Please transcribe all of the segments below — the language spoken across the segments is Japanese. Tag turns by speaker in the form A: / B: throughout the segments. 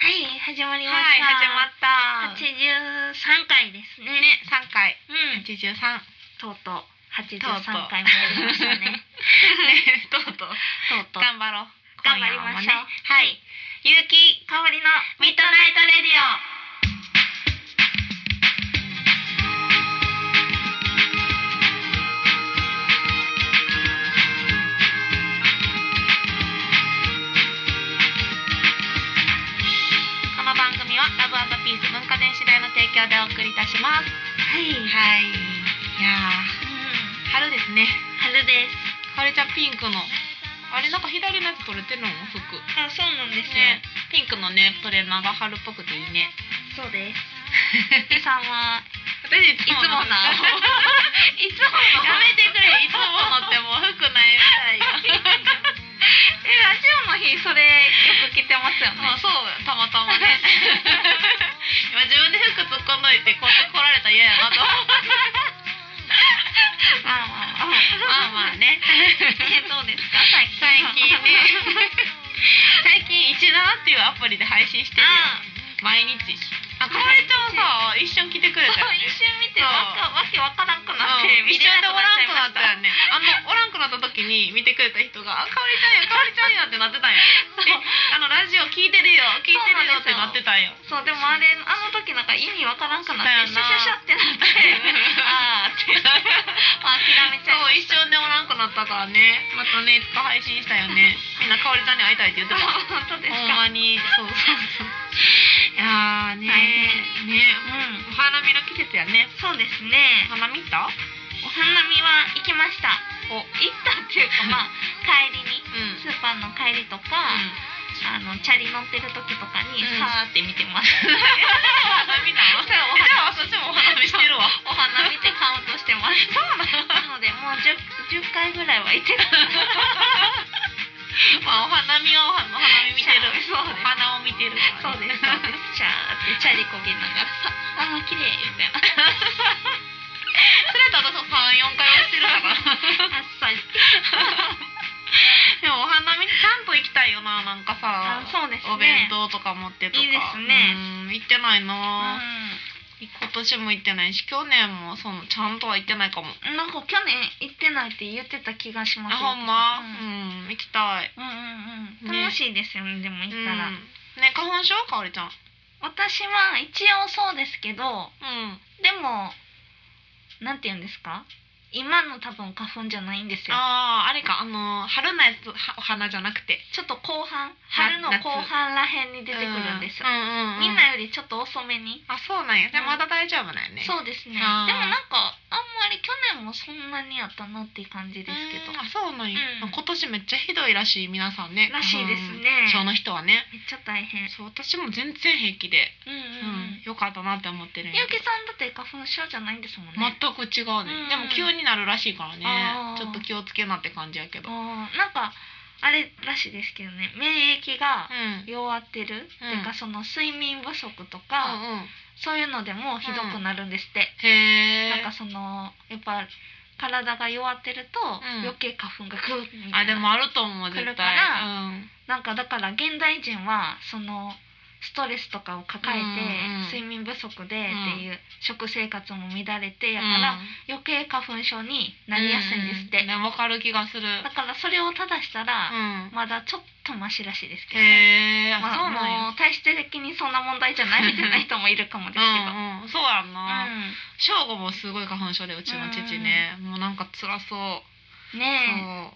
A: 始まりま
B: はい、
A: した。
B: 始まった。
A: 八十三回ですね。
B: ね、3回。
A: うん。
B: 83。ね、
A: とうとう八十
B: とうと
A: 三
B: う
A: 回もやりましたね。
B: とうとう。
A: とうとう
B: 頑張ろう。
A: 頑張りましょう。
B: 今夜もね
A: はい。ゆうきかおりのミッドナイトレディオ。
B: この番組はラブピース文化電子台の提供でお送りいたします。
A: はい。
B: はい。いやー、
A: うん。
B: 春ですね。
A: 春です。
B: かおりちゃんピンクの。あれ、なんか左のやつ取れてるの服。
A: あ、そうなんです
B: ね、ピンクのね、トレーナーが春っぽくてい いね。
A: そうです。ゆきさんは
B: 私い
A: いつもの
B: いつ
A: や
B: もの
A: めてくれ
B: いつものってもう服 ないみたいよ
A: えラジオの日それよく着てますよ
B: まあそうよたまたまね今自分で服突っ込んどいてこうやって来られたら嫌や なと思って
A: まあまあまあ。
B: まあまあ ね
A: えどうですか最近
B: 最近ね最近「一七っていうアプリで配信してるよ
A: あ
B: 毎日あかわりちゃんさ一瞬来てくれたよね
A: 一瞬見てわかわけわからんくなって、
B: 一瞬でおらんくなっ
A: 見れなくなっちゃいました
B: よねあのおらんくなった時に見てくれた人が「あかわりちゃんやかわりちゃんや」ってなってたんや
A: そう
B: えあのラジオ聞いてるよ聞いてるよってなってたんよ
A: そうでもあれあの時なんか意味わからんくなってシ
B: そう
A: ャ
B: やな
A: シャシャってなって あーって まあ諦めち
B: そ
A: ゃいうま
B: 一
A: した
B: 瞬でおらんくなったからねまたねいっぱい配信したよ ねみんなかおりちゃんに会いたいって言ってたほ
A: 本当です
B: ん
A: か
B: まにそうそうそういやーね
A: 大
B: ね
A: うん
B: お花見の季節やね
A: そうですね
B: お花見行った
A: お花見は行きました
B: おうん
A: 行ったっていうか まあ帰りに
B: うん
A: スーパーの帰りとか、あのチャリ乗ってる時とかに
B: うん
A: さーって見てます、
B: お花見なの
A: そう
B: じ
A: お花見
B: ゃあ私もお花見してるわ
A: お花見てカウントしてますそうなのでもう 10, 10回ぐらいは行ってる
B: まあお花見はお花お花見見てる
A: そうです
B: お花を見てる
A: そ
B: か
A: う
B: らね、
A: ですそうですチャーってチャリこげながらさあー綺麗みたいな
B: それと私も34回はしてるから
A: あっさり
B: でもお花見ちゃんと行きたいよななんかさ
A: あそうですね
B: お弁当とか持ってと
A: い
B: か
A: いですね
B: うん行ってない
A: うん
B: な、今年も行ってないし去年もそのちゃんとは行ってないかも
A: なんか去年行ってないって言ってた気がします
B: あほんま
A: うん
B: うん、行きたい
A: うんうんうん
B: ね
A: 楽しいですよねでも行っ
B: う
A: た
B: ん
A: ら、
B: ね花粉症かおりちゃん
A: 私は一応そうですけど
B: うん
A: でもなんて言うんですか今の多分花粉じゃないんですよ
B: あああれかあのー春のやつはお花じゃなくて
A: ちょっと後半春の
B: 夏
A: 後半らへんに出てくるんですよ
B: う、うんうんうん
A: みんなよりちょっと遅めに、
B: あそうなんやで
A: うん
B: まだ大丈夫なんやね
A: そうですねでも
B: あー
A: なんかあんまり去年もそんなにやったなっていう感じですけど
B: うんあそうなんや、
A: うん
B: 今年めっちゃひどいらしい皆さんね
A: らしいですね
B: 花粉症の人はね
A: めっちゃ大変
B: そう私も全然平気で、
A: うんう
B: うん
A: んうん
B: よかったなって思ってるんや
A: ゆうきさんだって花粉症じゃないんですもんね、
B: 全く違うね、
A: うん
B: でも急になるらしいから
A: あ
B: ね
A: ー
B: ちょっと気をつけなって感じやけどうん
A: あーなんかあれらしいですけどね免疫が弱ってる、っていうかその睡眠不足とか、
B: うんうん
A: そういうのでもひどくなるんですって、
B: へえ
A: なんかそのやっぱ体が弱ってると、
B: ん
A: 余計花粉がくるみた
B: あ
A: い
B: で
A: な
B: もあると思う絶
A: 来
B: 対
A: るから
B: うん
A: なんかだから現代人はそのストレスとかを抱えて、
B: うんうん
A: 睡眠不足でって
B: ん
A: いう、食生活も乱れてやから、
B: うん
A: 余計花粉症になりやすいんですって、
B: うんうんねわかる気がする
A: だからそれを正したら、
B: うん
A: まだちょっとマシらしいですけどね、
B: へえあ
A: まあ
B: そうなんや
A: もう体質的にそんな問題じゃないみたいな人もいるかもですけど。
B: うんうんそうやん
A: う
B: な、
A: ん
B: 正午もすごい花粉症でうちの父ね、もうなんか辛そう、
A: ね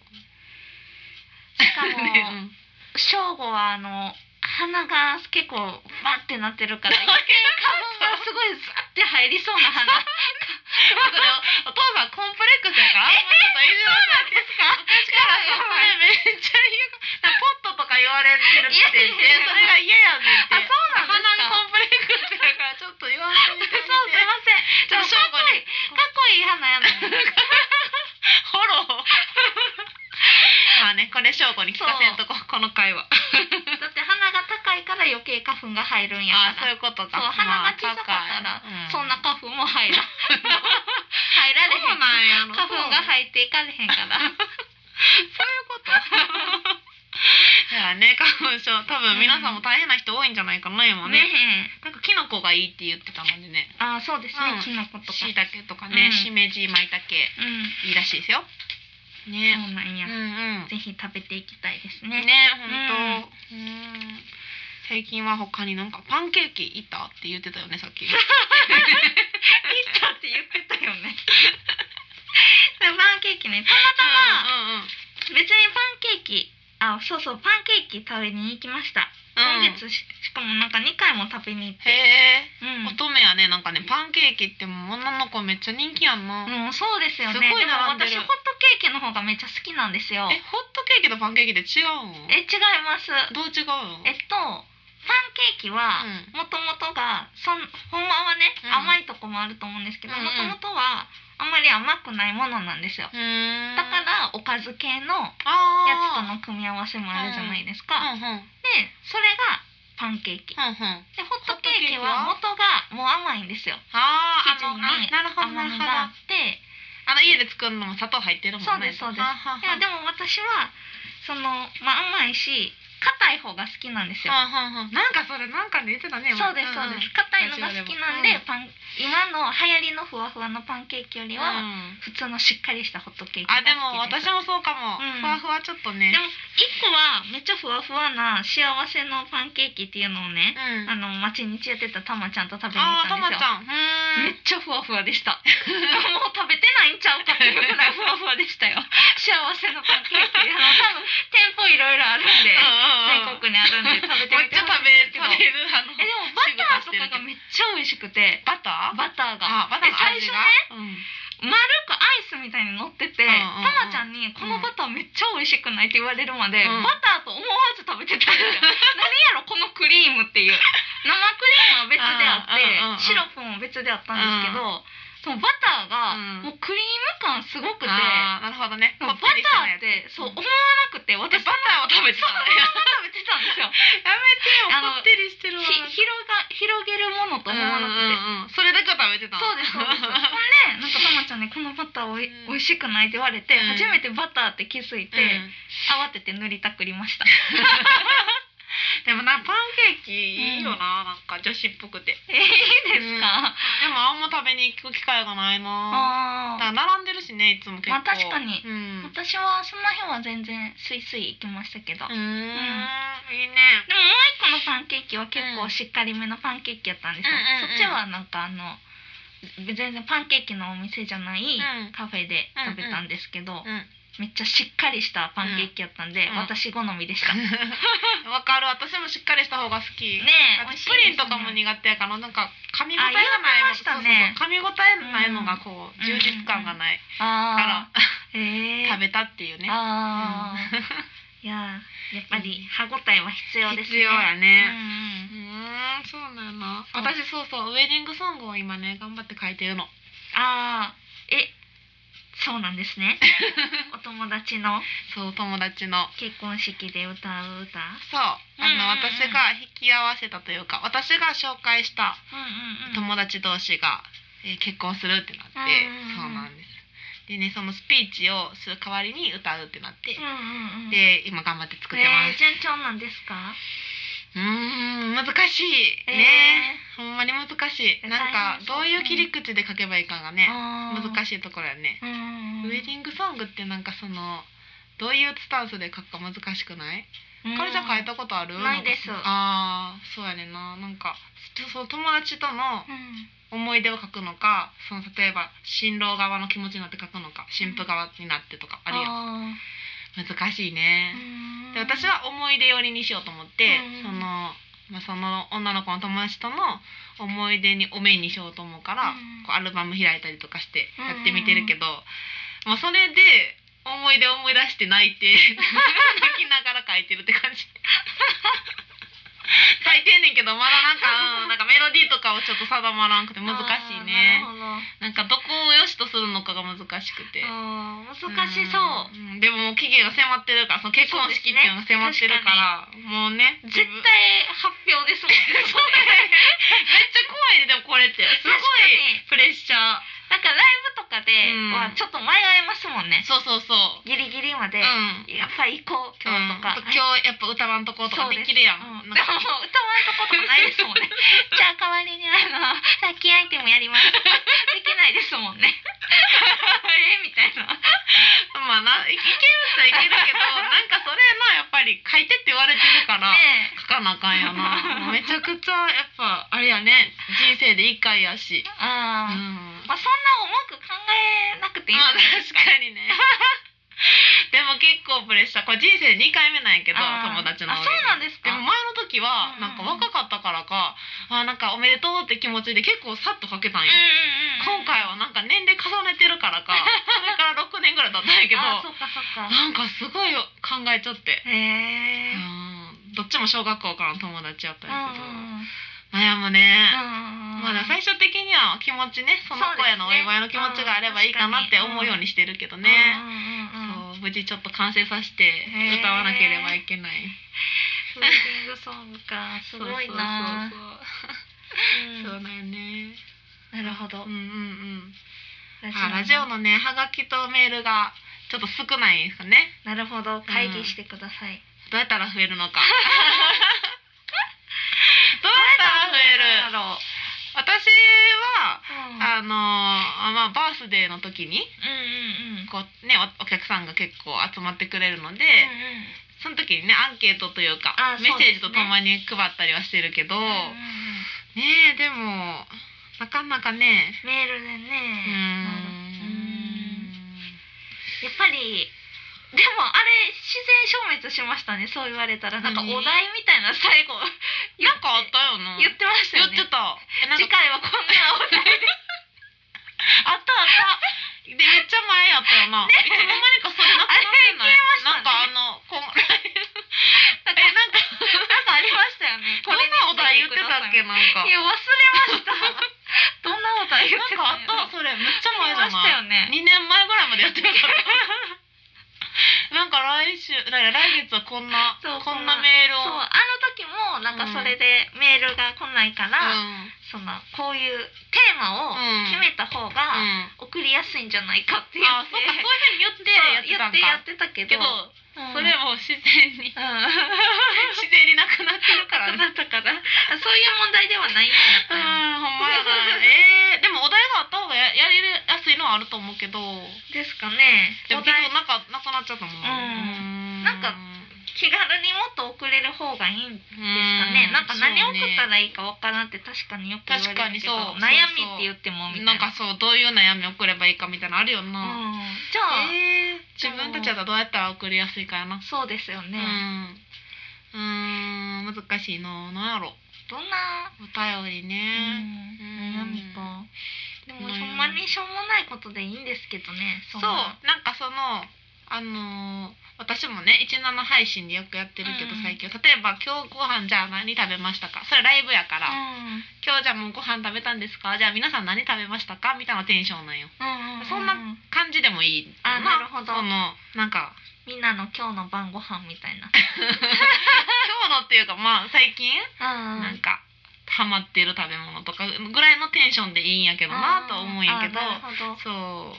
A: えしか
B: そうねう
A: も
B: ん
A: 正午はあの鼻が結構バッてなってる から余計花粉がすごいザッて入りそうな鼻
B: ちょっとねおお父さんコンプレックスやからあんまちょっと意地悪なんですか昔からそ
A: そう
B: う
A: なん
B: ねめっちゃ言うポットとか言われてるって言っ
A: い
B: て
A: やいやいや
B: それが嫌やねんって
A: あそうなんですか
B: 鼻にコンプレックスやからちょっと言わんといて
A: そうすいません
B: ちょっと正午に
A: かっこいい花やの に
B: フォローまあねこれ正午に聞かせんとここの回は
A: だって鼻が高いから余計花粉が入るんや
B: あそう
A: から
B: いうこと
A: そう
B: か
A: 鼻が小さかったら、そんな花粉も入ら 入られへん
B: なんや
A: 花粉が
B: っ
A: 入っていかれへんから
B: そういうこといやからね花粉症多分皆さんも大変な人多いんじゃないかな今
A: ね
B: ね、なんかキノコがいいって言ってたのでね
A: あーそうですね、
B: うん
A: きな粉とか
B: しいたけとかね、
A: うん
B: しめじまいたけ
A: うん
B: いいらしいですよね
A: そうなん
B: う
A: や、
B: んうん
A: ぜひ食べていきたいですね
B: ね本当、うん、最近は他になんかパンケーキいったって言ってたよねさっき
A: いったって言ってたよ ねパンケーキねたまたま
B: うんうんうん
A: 別にパンケーキあそうそうパンケーキ食べに行きました、
B: うん
A: 今月ししかもなんか2回も食べに行って
B: へえ
A: うん
B: 乙女やねなんかねパンケーキってもう女の子めっちゃ人気やんな、
A: もうそうですよね
B: すごい並んでる
A: でも私ホットケーキの方がめっちゃ好きなんですよ
B: えホットケーキとパンケーキって違うん
A: え違います
B: どう違うの
A: えっとパンケーキは
B: うん
A: もともとがそんほんまはね、
B: うん
A: 甘いとこもあると思うんですけど
B: うんう
A: もと
B: ん
A: もとはあんまり甘くないものなんですよ
B: うーん
A: だからおかず系の
B: あ
A: やつと
B: ー
A: の組み合わせもあるじゃないですか、
B: うんうんうんうん
A: でそれがパンケーキでホットケーキは
B: ホッ
A: 元がもう甘いんですよ
B: あーあ
A: 生地
B: の
A: に
B: あなるほど
A: 甘
B: なる
A: み
B: ほど
A: があって
B: あの家で作るのも砂糖入ってるもんね
A: そうですそうです
B: はははい
A: やでも私はそのまあ甘いし硬い方が好きなんですよ
B: はははなんかそれなんかで言ってたね
A: そうですそうです硬いのが好きなんで
B: うん
A: パン今の流行りのふわふわのパンケーキより
B: う
A: は
B: ん
A: 普通のしっかりしたホットケーキが
B: あ
A: 好き
B: でも私
A: です
B: もそうかも、
A: うん
B: ふわふわちょっとね
A: でも一個はめっちゃふわふわな幸せのパンケーキっていうのをね、
B: うん
A: あの町にやってたたまちゃんと食べに行っ
B: あーた
A: たん
B: ま
A: で
B: ち
A: すよ
B: ゃんうーん
A: めっちゃふわふわでした もう食べてないんちゃうかっていうぐらいふわふわでしたよ 幸せのパンケーキあの多分店舗いろいろあるん で全
B: 全
A: 国にあるんで食べてみて
B: めっちゃ
A: ほし
B: 食
A: いんですけど
B: べ食べるあの
A: えでもバターとかがめっちゃ美味しくて
B: バター
A: バターが
B: あバターの
A: え最
B: 味
A: 初
B: が
A: ね
B: うん
A: 丸くアイスみたいに乗ってて、
B: うんうんうん
A: たまちゃんに「このバターめっちゃ美味しくない?」って言われるまで、
B: うん
A: バターと思わず食べてたん ですよ何やろこのクリームっていう生クリームは別であって
B: うんうんうんうん
A: シロップも別であったんですけど、そのバターが
B: うん
A: もうクリーム感すごくて、
B: あーなるほどね
A: バタ
B: こりした
A: ー
B: や
A: っ
B: つ
A: てそう思わ
B: で
A: なくて 私
B: バターを食べてた
A: そのまま食べてたんですよ
B: やめて
A: あの
B: よこってりしてるわ
A: ひ広が広げるものと思わなくて。
B: うんうんうんそれだけは食べてた
A: そうですそう ですほんでなんかたまちゃんに「このバターおい
B: うん
A: おいしくない?」って言われて、
B: うん
A: 初めてバターって気づいて、
B: うん
A: 慌てて塗りたくりま した
B: でもなパンケーキいいよななんか女子っぽくて
A: えいいですか、
B: でもあんま食べに行く機会がないな
A: あ
B: だから
A: あ
B: 並んでるしねいつも結構
A: まあ確かに
B: うんう
A: 私はその辺は全然スイスイ行きましたけど、
B: ーん
A: でももう
B: いいね
A: 一個のパンケーキは結構しっかりめのパンケーキやったんですよ、
B: うんうんうん
A: そっちはなんかあの全然パンケーキのお店じゃない
B: うん
A: カフェで食べたんですけど、
B: うん
A: めっちゃしっかりしたパンケーキやったんで、
B: うん
A: 私好みでした、ね
B: わかる私もしっかりした方が好き、
A: え
B: だっ
A: 美
B: て
A: 味しい
B: プリンとかも
A: ですね
B: 苦手やからなんか噛み応えがない
A: あ言ってましたね
B: そうそうそう噛み応えないのがこ
A: う
B: う、
A: ん
B: 充実感がないから
A: あ、
B: 食
A: えー、
B: べたっていうね
A: あー、いやーやっぱり歯ごたえは必要ですね
B: 必要やねう
A: うんうん
B: ーんそうなのな
A: そう
B: 私そうそうウェディングソングを今ね頑張って書いてるの
A: あーえそうなんです ねお友達の
B: そう友達の
A: 結婚式で歌う歌
B: そうあの、
A: うんうんうん
B: 私が引き合わせたというか私が紹介した
A: うん
B: 友達同士が、えー結婚するってなって、
A: うん
B: そうなんですでねそのスピーチをする代わりに歌うってなって、
A: うんうんうん
B: で今頑張って作ってま
A: えー
B: す、
A: 順調なんですか
B: うーん難しい
A: えー
B: ね、ほんまに難しいなん
A: 大変
B: か
A: ですね
B: どういう切り口で書けばいいかがね難
A: 難い
B: しいところやね、
A: うんうん
B: ウェディングソングってなんかそのどういうスタンスで書くか難しくない、
A: うん
B: カルちゃん書いたことある
A: ないです
B: んかああそうやねんななんかそそう友達との
A: うん
B: 思い出を書くのかその例えば新郎側の気持ちになって書くのか新婦側になってとかあるやん、
A: あ
B: 難しい
A: ー
B: ね、
A: うん
B: で私は思い出寄りにしようと思って、
A: うん
B: その、まあ、その女の子の友達との思い出にお面にしようと思うから、
A: うん
B: こうアルバム開いたりとかしてやってみてるけど、まあ、それで思い出思い出して泣いて泣きながら書いてるって感じ書いてんねんけどまだなんか、うんなんかメロディーとかをちょっと定まらんくて難しいね
A: あーなるほど
B: なんかどこを良しとするのかが難しくて
A: あー難しそう、
B: んんでももう期限が迫ってるからその結婚式っていうのが迫ってるからもうね
A: 絶対
B: 自
A: 発
B: 分
A: 表ですもんね
B: めっちゃ怖いねでもこれってす
A: 確
B: ごい
A: かに
B: プレッシャー
A: なんかライブとかでは
B: うん
A: ちょっと迷いますもんね、
B: そうそうそう
A: ギリギリまで、
B: うん
A: やっぱ行こう今日とか、
B: うん今日やっぱ歌わんとこと
A: そう
B: かですきるやん
A: うんでも
B: なん
A: 歌わ
B: か
A: んとことかないですもん ねじゃあ代わりにあのラッキーアイテムやりますできないですもん ねえみたいな
B: まあないけるっちゃいけ るけどなんかそれなやっぱり書いてって言われてるから、
A: ねえ
B: 書かなあかんよなめちゃくちゃやっぱあれやね人生で一回 やし、う
A: あー、
B: ん
A: まあそんな重く考えなくていいん
B: まあ
A: じゃないです
B: 確
A: か
B: かにね でも結構プレッシャーこれ人生2回目なんやけど
A: あー
B: 友達の
A: あそうなんです
B: で
A: か
B: も前の時は
A: うん
B: なんか若かったからか、あーなんかおめでとうって気持ちで結構さっと書けたんよ、今
A: 今
B: 回はなんか年齢重ねてるか らかそれから6年ぐらい経ったんやけど
A: あーそっかそっか
B: なんかすごい考えちゃって、
A: へえ
B: うんどっちも小学校からの友達やったんやけど、
A: うん
B: 悩むね、まあでも
A: 初
B: 最終的には気持ちねその子へのお祝いの気持ちがあればいいかなって思うようにしてるけどね、そう無事ちょっと完成させて
A: へー
B: 歌わなければいけない、
A: フーディングソングかすごいな
B: そうそうそうそうそうだよね
A: なるほど
B: うんうんうんあラジオのねハガキとメールがちょっと少ないんですかね
A: なるほど会議してください
B: どうやったら増えるの かどうやったら増える
A: どうやっ
B: 私は
A: たら増える
B: あのまあバースデーの時に
A: うんうんうんうん
B: こうねおお客さんが結構集まってくれるので、
A: うん
B: その時にねアンケートというか
A: あ
B: メッセージ
A: そう
B: と
A: ですね
B: ともに配ったりはしてるけ
A: うん
B: ど、ねえでもなかなかね
A: メールでね
B: うーん
A: やっぱりでもあれ自然消滅しましたねそう言われたらなんかお
B: 何
A: 題みたいな最後
B: なんかあったよな
A: 言ってましたよ
B: 言っ
A: ね
B: てたえなん
A: 次
B: か
A: 回はこんなお題であったあった
B: でめっちゃ前やったよな、
A: ね
B: いつの間にかそれなくなってな
A: あれ消
B: い
A: えましたね
B: なんかあのこん
A: なんか
B: えなんか
A: なんかありましたよね
B: どんなお題言ってたっけなんか
A: いや忘れま したどんなお題言
B: な
A: っ
B: ん
A: て
B: か
A: た
B: あったそれめっちゃ前じゃ
A: ありました
B: ない
A: よね
B: 2年前ぐらいまでやってるからなんか来週来来月はこんな
A: そう
B: こんなメール
A: そう
B: を
A: あの時もなんかそれでメールが来ないから、
B: うん
A: そのこういうテーマを
B: うん
A: 決めた方が
B: あ
A: 送りやすいんじゃないかって言
B: あ
A: っ
B: そ
A: て、
B: うかそういうふうに言ってやって
A: 言
B: たん
A: ってやっ
B: か
A: てたけど
B: けど
A: うん
B: それも自然に
A: うん
B: 自然になくなってるからね
A: だったからそういう問題ではないん
B: う
A: だっ
B: んほんまやなえーでもお題があった方がややりやすいのはあると思うけど
A: たよですかね
B: でも
A: お
B: 結
A: 題
B: 構なんかなくなっちゃったもん
A: ん
B: うん
A: なんか気軽にもっと送れる方がいいんですかね
B: う
A: なんか何
B: そう
A: 送
B: ね
A: ったらいいかわからんって確かによく言われるけど
B: 確かにそう
A: 悩みって言ってもみた
B: ないんか
A: な
B: そうどういう悩み送ればいいかみたいなのあるよな、
A: うんじゃあ、
B: えー自分たちだったらどうやったら送りやすいかやな、
A: そうですよ
B: う
A: ね、
B: んうーん難しいのなんやろ
A: どんな、
B: お便り
A: う
B: ね、
A: ん悩
B: うん
A: みかでも
B: 悩み
A: ほんまにしょうもないことでいいんですけどね
B: そ
A: ん
B: う
A: な
B: なんかそのあのー私もね17配信でよくやってるけ
A: う
B: ど、
A: ん
B: 最近例えば「今日ご飯じゃあ何食べましたか?」それライブやから
A: う
B: 「
A: ん
B: 今日じゃあもうご飯食べたんですか?」じゃあ皆さん何食べましたかみたいなテンションなんよ
A: うんうんうん
B: そんな感じでもいい
A: あなるほど
B: そのなんか
A: みんなの今日の晩ご飯みたいな
B: 今日のっていうかまあ最近、
A: うん
B: なんかハマってる食べ物とかぐらいのテンションでいいんやけどなとは思うんやけど
A: あーなるほど
B: そ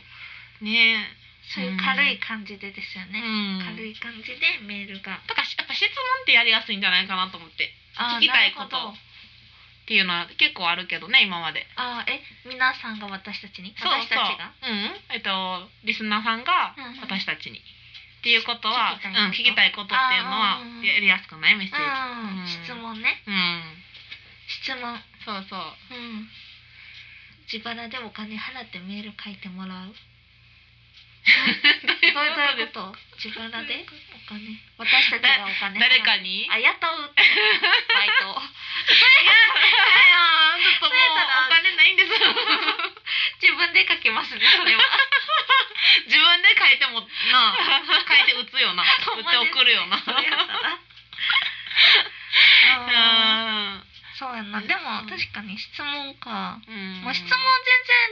B: うね
A: そういう軽い感じでですよ
B: え、う
A: ね、
B: ん、
A: 軽い感じでメールが
B: とかしやっぱ質問ってやりやすいんじゃないかなと思って
A: あー
B: 聞きたいこと
A: なるほど
B: っていうのは結構あるけどね今まで
A: あーえ皆さんが私たちに
B: そうそう
A: 私たちが
B: うんえっとリスナーさんが
A: うんうん
B: 私たちに、っていうことは
A: 聞きたいこと
B: うん、聞きたいことっていうのは
A: あーうんうん
B: やりやすくないメッセージ
A: うん
B: うん
A: 質問ね
B: うん
A: 質問
B: そうそ
A: う
B: う
A: ん自腹でお金払ってメール書いてもらうどういうこと自腹でお金私たちがお金払う
B: 誰かに
A: あ雇うってバイト そうやっ
B: やちょっともう
A: たら
B: お金ないんです
A: 自分で書きますねそれ は
B: 自分で書いてもな書いて打つよな打
A: ほんま
B: って
A: ですね
B: 送るよな
A: それやったら あーそうやなでも確かに質問か
B: うん
A: もう質問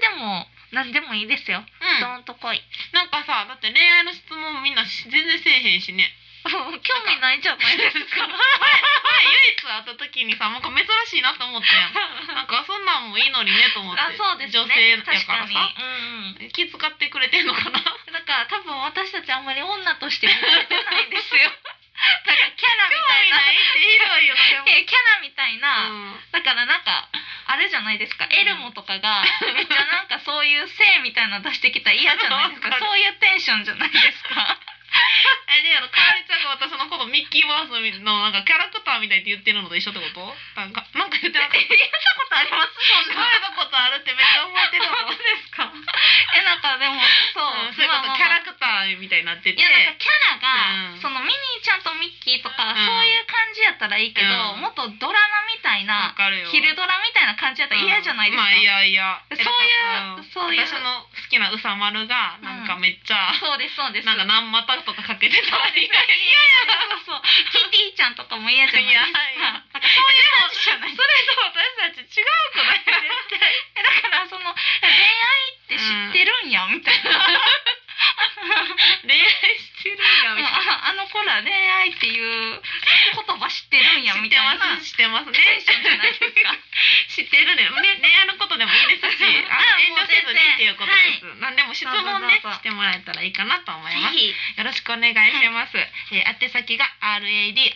A: 全然でも何でもいいですよ
B: うん
A: どんと こい
B: なんかさだって恋愛の質問みんなし全然せえへんしね
A: 興味ないんじゃないですか
B: なんか唯一会った時にさなんか珍しいなと思ったやんなんかそんなんもいいのにねと思って
A: あそうですね
B: 女性やから
A: 確かに
B: さ
A: うんうん
B: 気遣ってくれてんのか
A: だ
B: な
A: から多分私たちあんまり女として見られてないんです よだからキャラみたいな
B: ないってひどいよなでも
A: えキャラみたいな、
B: うん
A: だからなんかあれじゃないですか、エルモとかがめっちゃなんかそういう性みたいなの出してきたら嫌じゃないですか
B: わかる
A: そういうテンションじゃないです か
B: あれやろかおりちゃんが私のことミッキーマウスのなんかキャラクターみたいって言ってるのと一緒ってことなんかなんか言ってなかった
A: 言ったことあります
B: そんなことあるってめっちゃ思ってるの
A: 本当ですか えなんかでもそう、
B: うんそういうこ
A: まあ
B: と、
A: まあまあ
B: キャラクターみたいになってて
A: いやなんかキャラが、
B: うん
A: そのミニーちゃんとミッキーとか、
B: うん
A: そういう感じやったらいいけど、
B: うん
A: もっとドラマみたい
B: わ
A: な
B: かるよ
A: 昼ドラみたいな感じやったら嫌じゃないですか、
B: まあいやいや
A: そういうそういう
B: 私の好きなうさまるがなんかめっちゃ、
A: そうですそうです
B: なんか何股とかかけてたら いい
A: いやいやそうそうキティちゃんとかも嫌じゃないですか
B: いやいや
A: なんかそういう感じじゃない
B: それと私たち違うくない
A: えだからその恋愛って知ってるんや、みたいな
B: 恋愛してるんやみたい な
A: ああの子ら恋愛っていう言葉知ってるんや
B: 知
A: み
B: って
A: たい
B: ま
A: な
B: す知ってますね
A: テンションじゃないですか
B: 知ってるねね恋愛のことでもいいですしあ
A: あ
B: 遠慮せずにっていうことです、何でも質問ね
A: どうぞどうぞ
B: してもらえたらいいかな と思います
A: ひ
B: よろしくお願いします。えー宛先が radio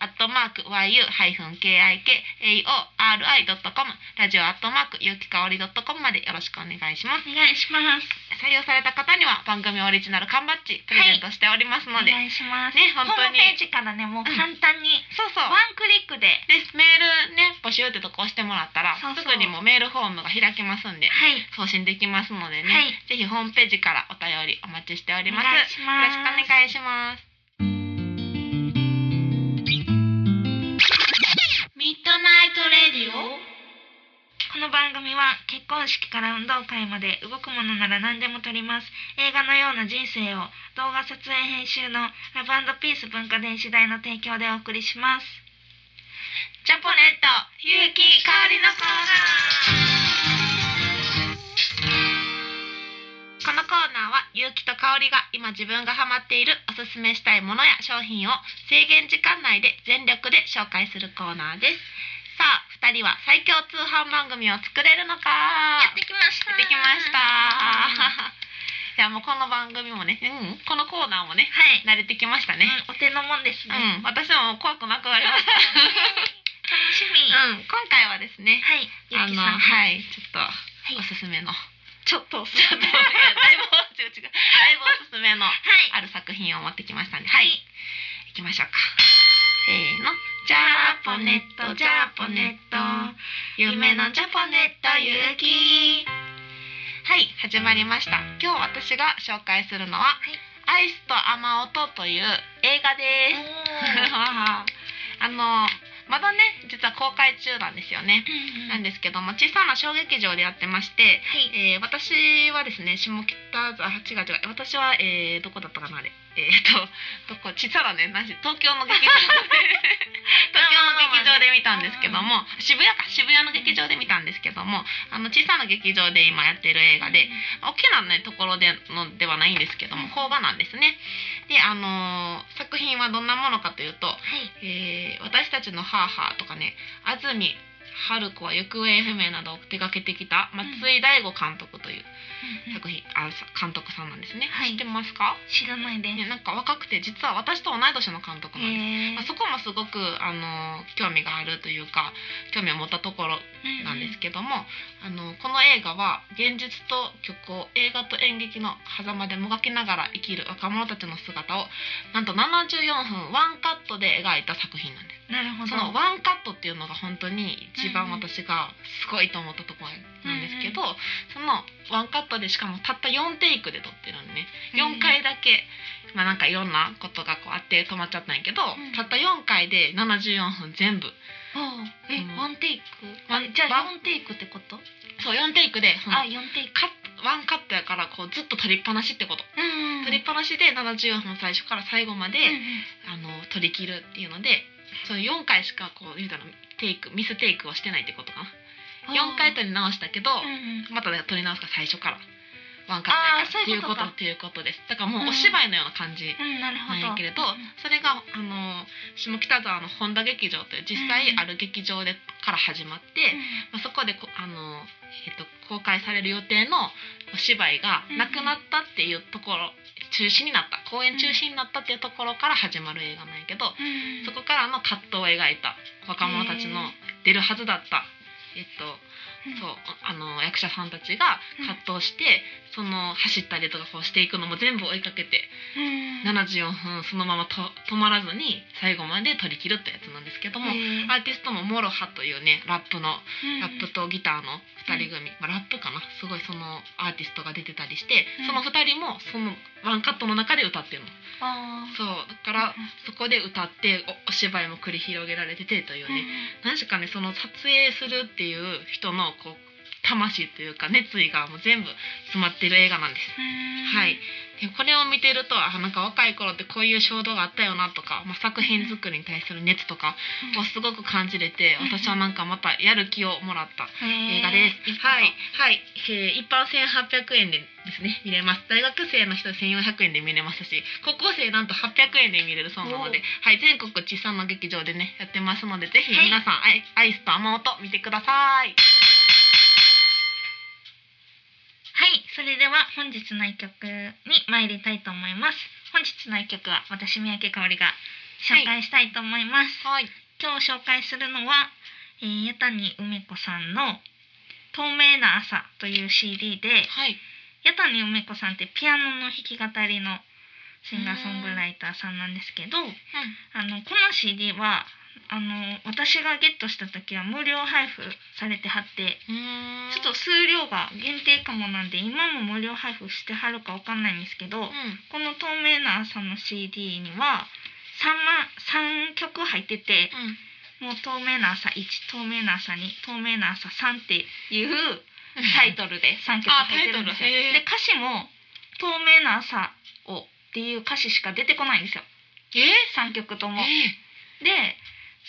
B: アットマーク yu ハイフン kik aori ドットコムラジオアットマークゆきかおりドットコムまでよろしくお願いします。
A: お願いします
B: 採用された方には番組オリジナル缶バッジプレゼントしております
A: お
B: ので、
A: 願いします
B: ね本当に
A: ホームページからねもう簡単に、
B: そうそう
A: ワ。ンクリックで
B: ですメールね募集ってとこ押してもらったら
A: そうそう
B: すぐにもメールフォームが開きますんで
A: はい
B: 送信できますのでね、
A: はい
B: ぜひホームページからお便りお待ちしております。
A: お願いします
B: よろしくお願いします。ミッドナイトレディオ。
A: この番組は結婚式から運動会まで動くものなら何でも撮ります映画のような人生を動画撮影編集のラブピース文化電子台の提供でお送りします
B: ジャポネット、ゆうき、かおりのコーナー。このコーナーは、ゆうきとかおりが今自分がハマっているおすすめしたいものや商品を制限時間内で全力で紹介するコーナーです。さあ、二人は最強通販番組を作れるのか
A: きまし
B: やってきました。いや、もうこの番組もね、うん、このコーナーもね、
A: はい、
B: 慣れてきま したね。
A: うんお手のもんです
B: う
A: ね、
B: ん、私も怖くなくなりま した。
A: 楽しみ、は
B: うん、今回はですね、
A: いゆ
B: あ
A: き
B: の、
A: さん
B: はい、ちょっと、
A: い
B: おすすめの。
A: ちょっとおす
B: ちょっと、だいぶ、違う違う、だいぶおすすめの、
A: はい
B: ある作品を持ってきましたんで、
A: は
B: はいい、行きましょうか。せーの、ジャポネット、ジャポネット、夢のジャポネット、ゆうき。はい、始まりました。今日私が紹介するのは、アイスと雨音という映画です。あのまだね実は公開中なんですよね。 なんですけども小さな小劇場でやってまして、
A: はい
B: えー私はですね下北沢あ違う違う私は、えーどこだったかなあれえー、とどこ小さなねなし東京の 劇場で東京の劇場で見たんですけども渋谷か渋谷の劇場で見たんですけどもあの小さな劇場で今やってる映画で大きな、ね、ところでのではないんですけども工場なんですね。であのー作品はどんなものかというと、
A: はい
B: えー私たちのハーハーとかね安住春子は行方不明などを手掛けてきた松井大吾監督という作品、あさ監督さんなんですね、
A: はい
B: 知ってますか、
A: 知らないです、
B: ね、なんか若くて実は私と同い年の監督なんです、
A: へー
B: まあそこもすごく、あのー興味があるというか興味を持ったところなんですけども、あのこの映画は現実と虚構映画と演劇の狭間でもがきながら生きる若者たちの姿をなんと74分ワンカットで描いた作品なんで
A: なるほ
B: す
A: ど
B: そのワンカットっていうのが本当に一番
A: うんうん
B: 私がすごいと思ったところなんですけど、そのワンカットでしかもたった4テイクで撮ってるんでね4回だけ、まあなんかいろんなことがこうあって止まっちゃったんやけど、
A: ん
B: たった4回で74分全部
A: ああえ、
B: うん
A: ワンテイク
B: ワ
A: あ
B: ン
A: じゃ
B: ワ
A: あ4テイクってこと
B: そう4テイクでその
A: あ4テイク
B: カットワンカットやからこうずっと撮りっぱなしってこと、
A: うん
B: 撮りっぱなしで74分最初から最後まで、あの撮り切るっていうのでその4回しかこう言うたらテイクミステイクをしてないってことかな4回
A: と
B: 撮り直したけど、
A: うんうん
B: またね撮り直すから最初からワンカ
A: あ
B: ット
A: ーそうい
B: や
A: うこ
B: から
A: と
B: っていうことっていうことですだからもううんお芝居のような感じ
A: うんなるほ
B: なんや
A: ど
B: けれ
A: う
B: ど、
A: ん
B: それがあの下北沢の本田劇場という実際ある劇場でから始まって、まあ、そこでこあの、えっと、公開される予定のお芝居が
A: うん
B: なくなったっていうところ中止になった公演中止になったっていうところから始まる映画なんやけ
A: う
B: ど、
A: ん
B: そこからの葛藤を描いた若者たちの出るはずだった、えっと、
A: うん
B: そうあの役者さんたちが葛藤して、その走ったりとかこうしていくのも全部追いかけて
A: うん
B: 74分そのままと止まらずに最後まで取り切るってやつなんですけども、
A: へー
B: アーティストもモロハというねラップ
A: う
B: の
A: ん
B: ラップとギターの2人組、まあ、ラップかなすごいそのアーティストが出てたりして、
A: うん
B: その2人もそのワンカットの中で歌ってるの
A: あー
B: そうだからそこで歌っておお芝居も繰り広げられててという
A: うん
B: ね、何しかねその撮影するっていう人のこう魂というか熱意がもう全部詰まってる映画なんです。
A: うん
B: はい、でこれを見てるとあなんか若い頃ってこういう衝動があったよなとか、まあ、作品作りに対する熱とかをすごく感じれて
A: うん
B: 私はなんかまたやる気をもらった映画です。
A: へー
B: はい、はいえー一般1800円でですね見れます大学生の人は1400円で見れますし高校生なんと800円で見れるそうなので、はい、全国小さな劇場でねやってますのでぜひ
A: はい
B: 皆さん、アイアイスと雨音見てください。
A: はい、それでは本日の一曲に参りたいと思います。本日の一曲は私三宅香織が紹介したいと思います。
B: はい、
A: 今日紹介するのは、えー、矢谷梅子さんの透明な朝という CD で、
B: はい、
A: 矢谷梅子さんってピアノの弾き語りのシンガーソングライターさんなんですけど、あのこの CD はあの私がゲットした時は無料配布されてはって。
B: うん
A: ちょっと数量が限定かもなんで今も無料配布してはるかわかんないんですけど、
B: うん
A: この「透明な朝」の CD には3, 3曲入ってて
B: うん
A: もう「透明な朝1」「透明な朝2」「透明な朝3」っていうタイトルで3曲入ってるんですよ。
B: あタイトルへー
A: で歌詞も「透明な朝を」っていう歌詞しか出てこないんですよ
B: え
A: 3曲と
B: ー
A: も。
B: えー
A: で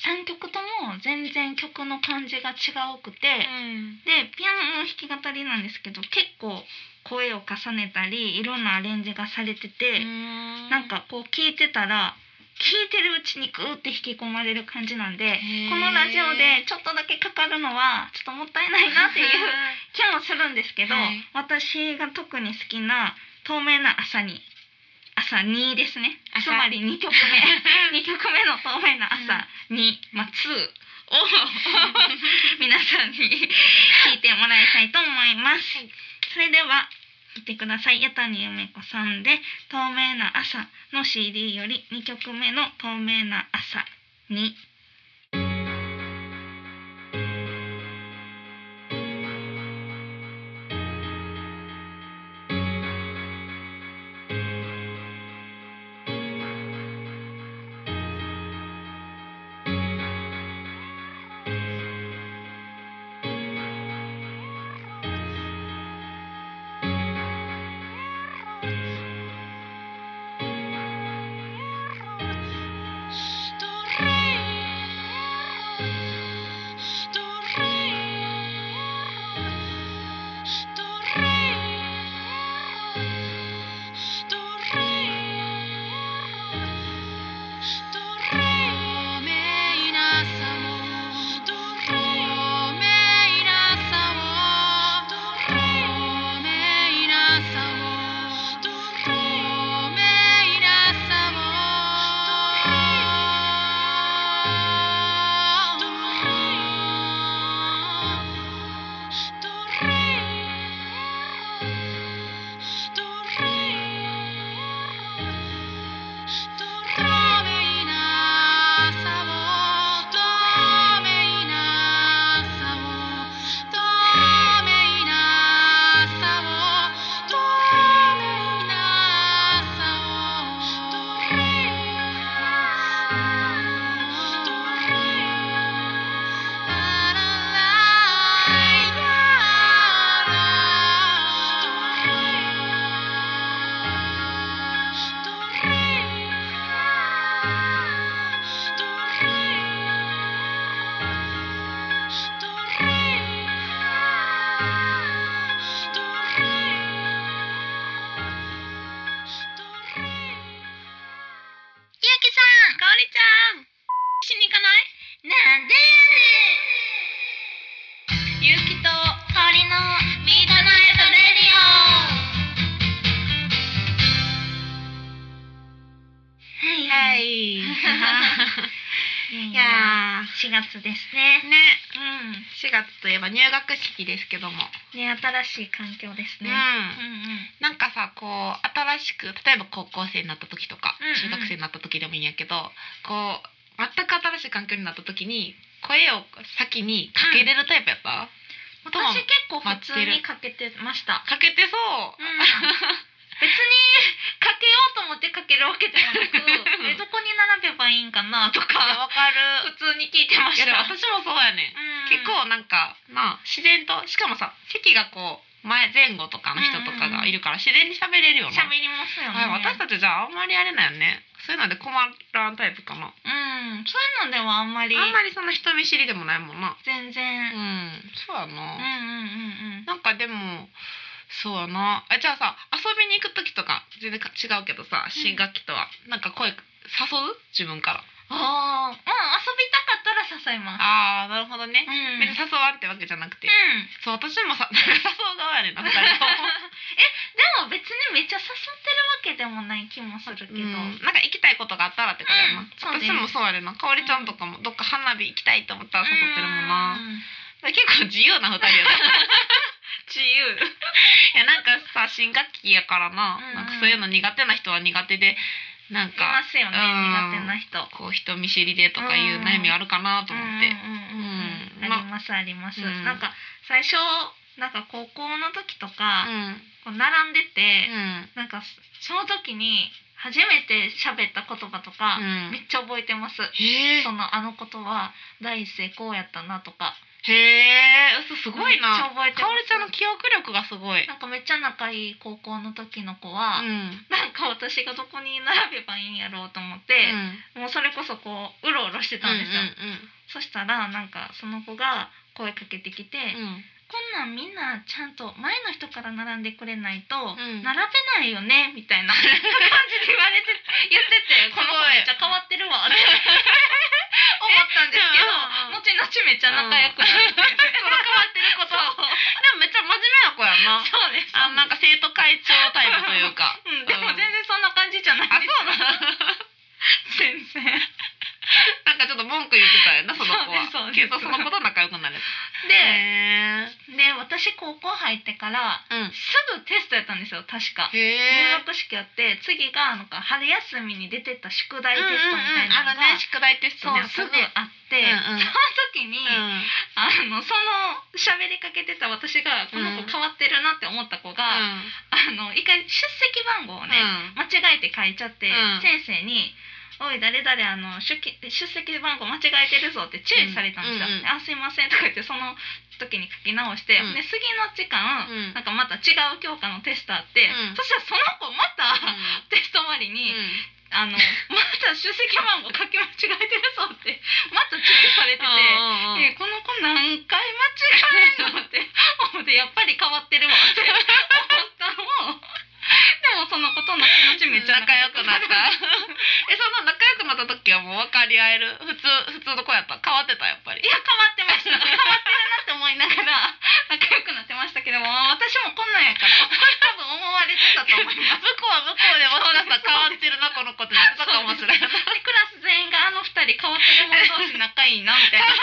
A: 3曲とも全然曲の感じが違うくて。
B: うん
A: でピアノの弾き語りなんですけど結構声を重ねたりいろんなアレンジがされてて、なんか こう聴いてたら聴いてるうちにグーって引き込まれる感じなんで
B: ー
A: このラジオでちょっとだけかかるのはちょっともったいないなっていう 気もするんですけど、
B: はい
A: 私が特に好きな「透明な朝に」朝2ですね
B: 朝
A: つまり2曲目2曲目の「透明な朝に」まあ2を 皆さんに聞いてもらいたいと思います、それでは聞いてください矢谷梅子さんで「透明な朝」の CD より2曲目の「透明な朝に」
B: ストレイりちゃんしに行かない
A: なんで
B: ゆうき
A: やねん。
B: と
A: 氷の
B: ミートナイトレ
A: はい
B: ディオ はいい
A: い
B: や
A: や4月です
B: ー
A: ね。
B: ね
A: うん。
B: 4月といえば入学式ですけども、
A: ね新しい環境です
B: うん
A: ね。うんうん。
B: なんかさこう新しく例えば高校生になった時とか
A: うんうん
B: 中学生になった時でもいいんやけど、こう全く新しい環境になった時に声を先にかけれるタイプやった、
A: 私結構普通にかけてました。
B: かけてそう
A: うん、別にかけようと思ってかけるわけではなく えどこに並べばいいんかなと
B: あ
A: か
B: わかる
A: 普通に聞いてま
B: い
A: し
B: やでも
A: た、
B: 私もそうやねん
A: うん
B: 結構なんかなあ自然としかもさ席がこう前前後とかの人とかがいるから自然に喋れるよな、
A: 喋りますよね、
B: はい私たちじゃああんまりあれなんよねそういうので困らんタイプかな
A: うんそういうのではあんまり
B: あんまりそんな人見知りでもないもんな
A: 全
B: う
A: 然、
B: んそうや
A: うん、
B: な、
A: うんうんうん
B: なんかでもそうやなあじゃあさ遊びに行く時とか全然か違うけどさ新学期とは、なんか声誘う自分か
A: あ
B: ら
A: あうん遊びたかったら誘います
B: ああなるほどね
A: う、ん、
B: 別に誘わんってわけじゃなくて、
A: うん
B: そう私もさ 誘う側やねんな二人とも
A: でも別にめっちゃ誘ってるわけでもない気もするけど、
B: うん、なんか行きたいことがあったらってことや
A: う
B: な、
A: んそうね
B: 私もそうやるなかおりちゃんとかもどっか花火行きたいと思ったら誘ってるもんな、
A: うん
B: だから結構自由な二人 やな自由いやなんかさ新学期やから
A: う
B: な,、
A: ん
B: なんかそういうの苦手な人は苦手でなん
A: いま
B: か
A: すよね、
B: うん
A: 苦手な人
B: こう人見知りでとかいう悩みあるかなと思って、
A: うんうんうんうん
B: まあ
A: ありますあります、
B: うん
A: なんか最初なんか高校の時と
B: う
A: か、
B: ん
A: こう並んでて、
B: うん
A: なんかその時に初めて喋った言葉とか、
B: うん
A: めっちゃ覚えてます、
B: へえ
A: そのあの言葉第一声こうやったなとか
B: へえすごい
A: めっちゃ
B: な
A: 覚えて
B: かおりちゃん
A: ま
B: の記憶力がすごい
A: すなんかめっちゃ仲いい高校の時の子は、
B: うん
A: なんか私がどこに並べばいいんやろうと思って、もうそれこそこううろうろしてたんですよ、そしたらなんかその子が声かけてきて、
B: うんうんうんうん
A: こんなんみんなちゃんと前の人から並んでくれないと
B: ん
A: 並べないよねみたいな感じで言われて 言ってて
B: す
A: こ
B: ごい
A: の子めっちゃ変わってるわって思ったんですけど
B: うんうんうん
A: 後々めっちゃ仲良くなってその変わってることを
B: でもめっちゃ真面目な子やんな
A: そうです
B: あなんか生徒会長タイプというか
A: うん、でも全然そんな感じじゃない
B: あそうな の
A: 全然
B: なんかちょっと文句言ってたよなその子は
A: そう
B: け
A: ですそうです
B: どその子と仲良くなれ
A: で
B: へえ
A: で私高校入ってから
B: うん
A: すぐテストやったんですよ確か
B: へ
A: 入
B: え
A: 学式やって次がなんか春休みに出てた宿題
B: うん
A: テ
B: うんうん
A: ストみたいな
B: あ
A: の
B: の
A: が、
B: ね宿題テストね
A: そうすぐ
B: あっ
A: あって、
B: うんうん
A: その時に、
B: たね
A: あのその喋りかけてた私がこの
B: うん
A: 子変わってるなって思った子
B: うん
A: が、あの一回出席番号をね、間違えて書いちゃって、
B: うん
A: 先生に「おい誰々あの出勤出席番号間違えてるぞ」って注意されたんですよ。
B: うんうんうん
A: あすいません」とか言ってその時に書き直して、
B: うん
A: で次の時間、
B: うん
A: なんかまた違う教科のテストあって、
B: うん
A: そしたらその子また、テスト終わり
B: うん
A: に、あのまた出席番号書き間違えてるぞってまた注意されてて。
B: うんうんうん
A: えこの子何回間違えんのって思ってやっぱり変わってるわって思ったのをでもその子と後々めっちゃ
B: 仲良くなった
A: た
B: えその仲良くなった時はもう分かり合える普通普通の子やった変わってたやっぱ り
A: いや変わってました変わってるなって思いながら仲良くなってましたけども私もこんなんやから多分思われてたと思い
B: 向
A: ます
B: こうは向こうでもしかしたら変わってるなこの子ってなってたかもしれない
A: でクラス全員があの二人変わってる者同士仲いいなみたいな
B: そう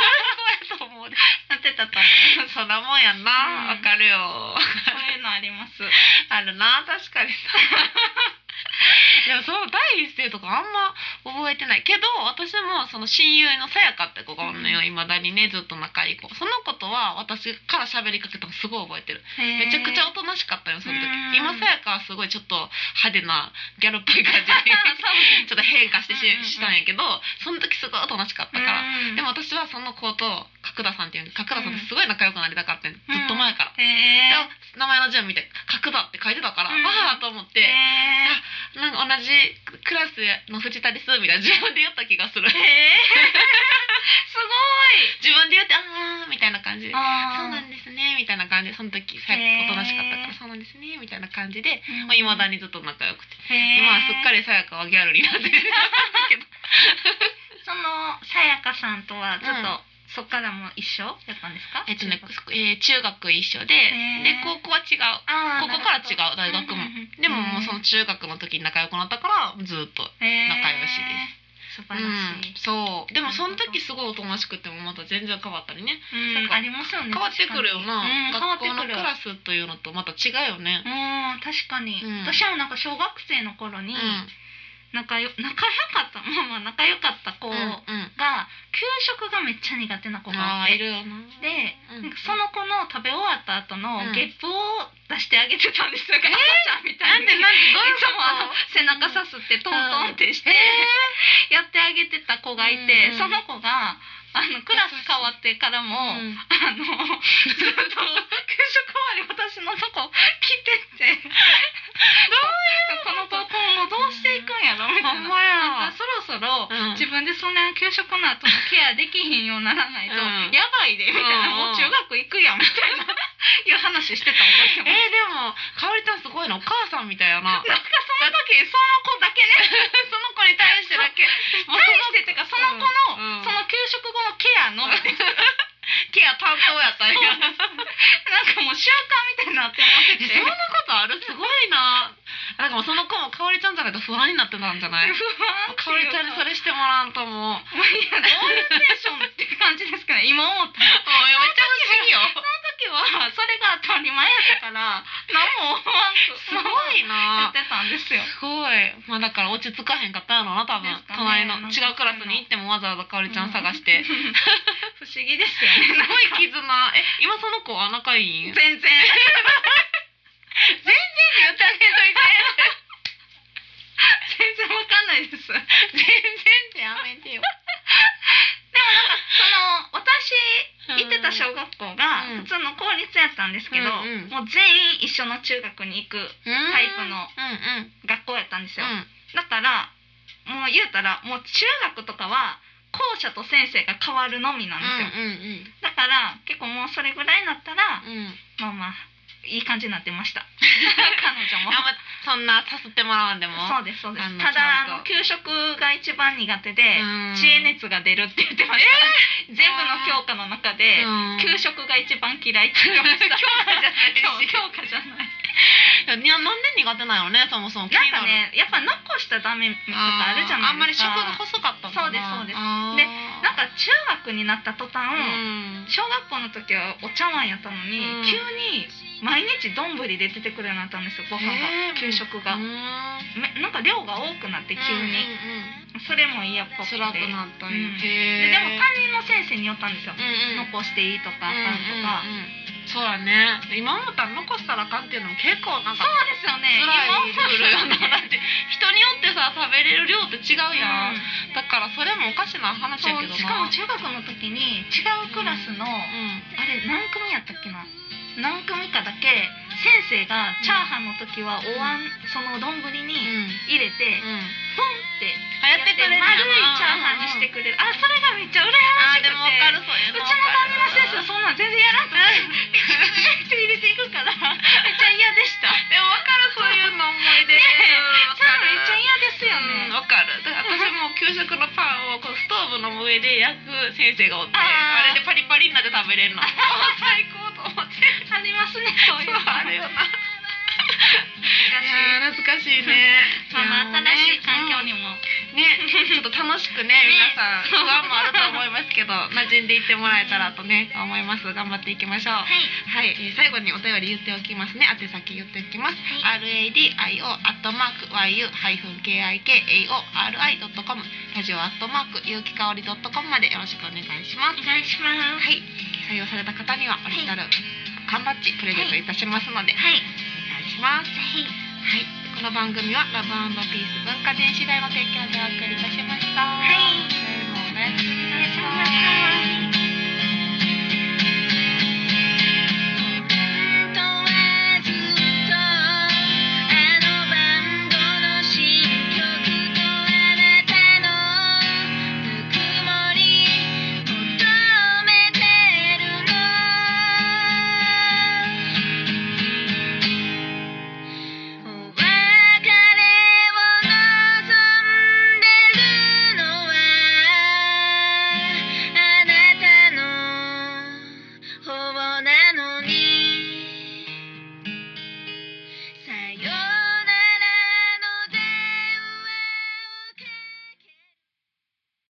B: やと思うで
A: なってたと思う
B: そんなもんやんなわ、
A: うん
B: かるよ
A: そういうのあります
B: あるな確 かになでもその第一声とかあんま覚えてないけど私もその親友のさやかって子がおんのよいま、未だにねずっと仲いい子その子とは私から喋りかけたのすごい覚えてる
A: め
B: めちゃくちゃおとなしかったよその時
A: うん
B: 今さやかはすごいちょっと派手なギャルっぽい感じ にちょっと変化して
A: う
B: し,、
A: んうんうん
B: たんやけどその時すごいおとなしかったから、
A: うん
B: でも私はその子と角田さんっていう角田さんとすごい仲良くなりたかったんずっと前から、
A: へー
B: で名前の字を見て「角田」って書いてたから、
A: うん
B: ああと思って、
A: へー
B: なんか同じクラスの藤田ですみたいな自分で言った気が する
A: へえすごい
B: 自分で言って「ああ」みたいな感 じで「
A: あ
B: そうなんですね」みたいな感じでその時さ
A: へー
B: おとなしかったから「そうなんですね」みたいな感じで
A: うん
B: まあ、未だにずっと仲良くて、
A: へー
B: 今はすっかりさやかはギャルになってるんだけど
A: のさやかさんとはちょっ
B: うん
A: と、そっからも一緒やったんですか
B: えっとね
A: 中学、
B: えー中学一緒で、
A: へー
B: で高校は違う。
A: あー
B: 高校から違う大
A: なる
B: 学
A: ほど
B: も
A: うんうんうん。
B: でももうその中学の時に仲良くなったからずっと。
A: へー
B: 仲良し
A: 素晴らしい、
B: うん、そう。でもその時すごいおとなしくてもまた全然変わったりね。
A: うん
B: なんか
A: ありますよね
B: 変わってくるよな。
A: 確
B: 学校
A: か
B: の
A: にうん、変
B: ク
A: わ
B: ラ
A: ってくる
B: スというのとまた違うよね。
A: うん確かに、
B: うん
A: 私はなんか小学生の頃
B: う
A: に
B: ん。
A: 仲よ仲良かったまあまあ仲良かった子
B: うん。
A: が給食がめっちゃ苦手な子が
B: あ
A: あっ
B: あい
A: て
B: るよな。
A: で、
B: うん
A: なんかその子の食べ終わった後の
B: うん
A: ゲップを出してあげてたんですよ、赤ちゃんみたいに
B: なんでどういう
A: い
B: こ
A: つもあの背中さすってトントンってして、やってあげてた子がいて、
B: うんうん
A: その子があのクラス変わってからも、
B: うん
A: あのずっと給食終 わり私のとこ来ててどういうこの子今後どうしていくんやろみた
B: ほ
A: い
B: ん
A: な。
B: ま
A: なん
B: や
A: か。そろそろ
B: うん
A: 自分でそんな給食の後のケアできひんようにならないと
B: うん
A: やばいでみたいなも
B: うんうん
A: う中学行くやんみた いないう話してた
B: えー、
A: 覚えて
B: で
A: ます。
B: も、かおりちゃんすごいな。お母さんみたい やな。
A: なんかその時その子だけね その子に対して だけ
B: も
A: 対
B: うその
A: してっていうかその子
B: うん
A: の、
B: うん
A: その給食後のケアのなん
B: ケア担当やったんや。
A: かもう習慣みたいになって思って
B: え
A: て
B: そんなことあるすごいな。なんかもうその子もかおりちゃんじゃないと不安になってたんじゃない
A: 不安って
B: かお
A: い
B: り
A: う
B: ちゃんにそ
A: か
B: れしてもらわんともう。
A: もういやどういうテンションって感じですかね今思った
B: おいめっちゃ不思議よ。
A: 時はそれが当たり前やったから何も思わんく
B: すごい
A: やっ
B: な。
A: てたんですよ
B: すごい。まあだから落ち着かへんかったやろな、多分。
A: ですかね
B: 隣
A: なん
B: の
A: か
B: 違うクラスに行ってもわざわざかおりちゃん探して。 す
A: 不思議ですよね
B: ごい絆。え、今その子は仲いいん
A: 全然全然言ってあげといて全然わかんないです
B: 全然やめ てよ。
A: その私行ってた小学校が
B: うん
A: 普通の公立やったんですけど、
B: うんうん
A: もう全員一緒の中学に行く
B: タ
A: イプの
B: うんうん。
A: 学校やったんですよ、
B: うん
A: だからもう言うたらもう中学とかは校舎と先生が変わるのみなんですよ、だから結構もうそれぐらいになったら、
B: うんうんうん。うん。
A: まあまあいい感じになってま した彼女も
B: あんまそんなさすってもらわんでも。
A: そうですそうです
B: あの
A: た
B: ちゃ
A: だ
B: んと
A: あの給食が一番苦手で
B: うん
A: 知恵熱が出るって言ってました、全部の教科の中で、
B: うん
A: 給食が一番嫌いって言ってまし た教科じゃない教科じゃない
B: いやいやなんで苦手なのね、そもそも。
A: なんかねやっぱ残したらダメとかあるじゃないですか
B: あんまり食が細かったもんな
A: そうですそうです
B: あー
A: でなんか中学になった途端、
B: うん
A: 小学校の時はお茶碗やったのに、
B: うん
A: 急に毎日丼で出てくるようになったんですよご飯
B: へ
A: が、
B: ー
A: 給食が、
B: う
A: め
B: ん
A: なんか量が多くなって急に、それも嫌っぽくて
B: 辛くなったんや、
A: うん
B: へ
A: で
B: え
A: でも担任の先生によったんですよ、
B: うんうん
A: 残していいとかあかんとか、
B: うんうんうんそうだねで今思ったら残したらあかんっていうのも結構なん
A: そう
B: か
A: ですよね
B: 辛い
A: 今
B: ルールやな だって人によってさ食べれる量って違う
A: う
B: やん、
A: ん
B: だからそれもおかしな話
A: そ
B: やけ
A: う
B: どな
A: しかも中学の時に違うクラスの、
B: う
A: あ
B: ん
A: れ何組やったっけな何組かだけ先生がチャーハンの時はお椀、その丼
B: う
A: に
B: ん
A: 入れて、
B: うん
A: ポンって
B: はやってくれるんやな
A: 丸いチャーハンにしてくれる、あそれがめっちゃ羨ま
B: あ
A: しく
B: ー
A: て
B: でもわかるそうい
A: う
B: う
A: ちの
B: の
A: 担任の先生は
B: わかる
A: そんなん全然やらんと思ってめちゃくちゃ入れていく からめっちゃ嫌でした
B: でもわかるそういうの 思い出
A: ね
B: うんわ
A: そ
B: か
A: う
B: る
A: めっちゃ嫌ですよね、
B: うんわかるだから私も給食のパンをこうストーブの上で焼く先生がおって
A: あー
B: あれでパリパリになって食べれ るの最高と思って
A: ありますねそういうの
B: あるよ な
A: 難しい
B: 懐かし いね
A: まあまあ新しい環境にも、
B: ねちょっと楽しくね皆さん不安もあると思います けど馴染んでいってもらえたらとね思います頑張っていきましょう
A: はい
B: はい、えー最後にお便り言っておきますね。宛先言っておきます。
A: は
B: RADIO アットマーク YU ハイフン KIKAORI ドットコムラジオアットマーク有機香りドットコムまでよろしくお願いしま
A: お
B: す。
A: 願いします
B: はい、採用された方にはオリジナル缶バッジプレゼントいたしますので、
A: はい
B: お願いします。
A: ぜひ
B: はい、この番組はラブピース文化電子代の提供で